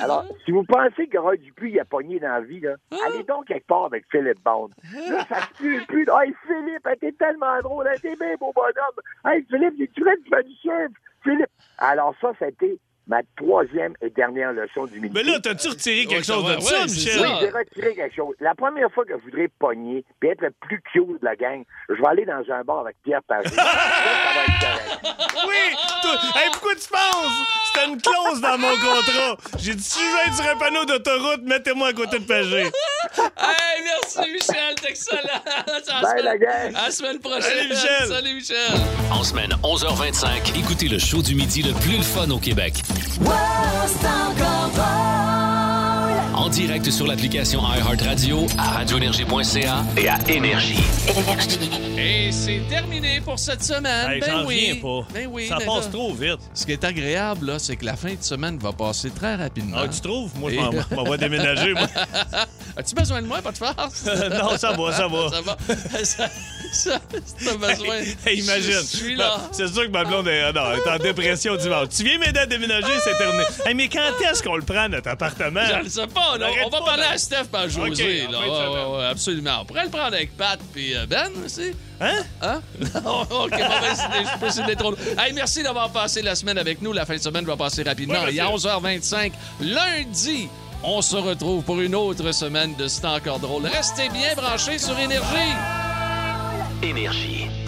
[SPEAKER 7] Alors, si vous pensez que Roy Dupuis il a pogné dans la vie, là, allez donc quelque part avec Philippe Bond. Là, ça se pue plus. là. Hey, Philippe, elle était tellement drôle. Elle était bien beau bonhomme. Hey, Philippe, j'ai tu tu fais du surf. Philippe. Alors, ça, c'était ma troisième et dernière leçon d'humilité.
[SPEAKER 9] Mais là, t'as-tu retiré quelque chose de ça, Michel?
[SPEAKER 7] Oui, j'ai retiré quelque chose. La première fois que je voudrais pogner puis être le plus cute de la gang, je vais aller dans un bar avec Pierre
[SPEAKER 9] *laughs*
[SPEAKER 7] Pagé. Ça, ça va être correct.
[SPEAKER 9] Oui! toi- Hey, pourquoi tu penses? C'était une clause dans mon contrat. J'ai dit, si je vais être sur un panneau d'autoroute, mettez-moi à côté de Pagé.
[SPEAKER 3] Hey, merci, Michel, t'es excellent. *laughs* À
[SPEAKER 1] Bye,
[SPEAKER 3] semaine-
[SPEAKER 1] la gang.
[SPEAKER 3] À la semaine prochaine.
[SPEAKER 1] Salut, Michel.
[SPEAKER 3] Salut, Michel.
[SPEAKER 1] En semaine 11h25, écoutez le show du midi le plus le fun au Québec.
[SPEAKER 10] Wow, c'est encore drôle.
[SPEAKER 1] En direct sur l'application iHeartRadio, à radioénergie.ca et à Énergie.
[SPEAKER 3] Et c'est terminé pour cette semaine.
[SPEAKER 9] Hey,
[SPEAKER 3] ben
[SPEAKER 9] j'en
[SPEAKER 3] oui.
[SPEAKER 9] reviens pas.
[SPEAKER 3] Ben oui,
[SPEAKER 9] Ça
[SPEAKER 3] ben
[SPEAKER 9] passe
[SPEAKER 3] là.
[SPEAKER 9] trop vite.
[SPEAKER 3] Ce qui est agréable, là, c'est que la fin de semaine va passer très rapidement.
[SPEAKER 9] Ah, tu trouves? Moi, je
[SPEAKER 3] Et-
[SPEAKER 9] m'en- je m'en vais déménager,
[SPEAKER 3] *laughs*
[SPEAKER 9] moi.
[SPEAKER 3] As-tu besoin de moi, pas de farce?
[SPEAKER 9] Non, *laughs* ça va, ça va.
[SPEAKER 3] *laughs* ça va. Ça, ça, si t'as besoin.
[SPEAKER 9] *laughs* Hey, imagine.
[SPEAKER 3] Je, je suis là.
[SPEAKER 9] Non, C'est sûr que ma blonde est, ah non, elle est en dépression dimanche. Tu viens m'aider à déménager, c'est terminé. Hey, mais quand est-ce qu'on le prend, notre appartement?
[SPEAKER 3] Je le sais pas, là.
[SPEAKER 9] Arrête
[SPEAKER 3] on va
[SPEAKER 9] pas,
[SPEAKER 3] parler
[SPEAKER 9] là.
[SPEAKER 3] à Steph par José.
[SPEAKER 9] en fin de
[SPEAKER 3] là. Ouais,
[SPEAKER 9] semaine.
[SPEAKER 3] ouais, ouais, absolument. On pourrait le prendre avec Pat puis euh, Ben aussi.
[SPEAKER 9] Hein?
[SPEAKER 3] Hein? *laughs* Non, ok, mauvaise idée. Je peux essayer d'être drôle. Hey, merci d'avoir passé la semaine avec nous. La fin de semaine va passer rapidement.
[SPEAKER 9] Ouais,
[SPEAKER 3] Il est 11h25, lundi, on se retrouve pour une autre semaine de C'est encore drôle. Restez bien branchés sur Énergie.
[SPEAKER 1] Énergie.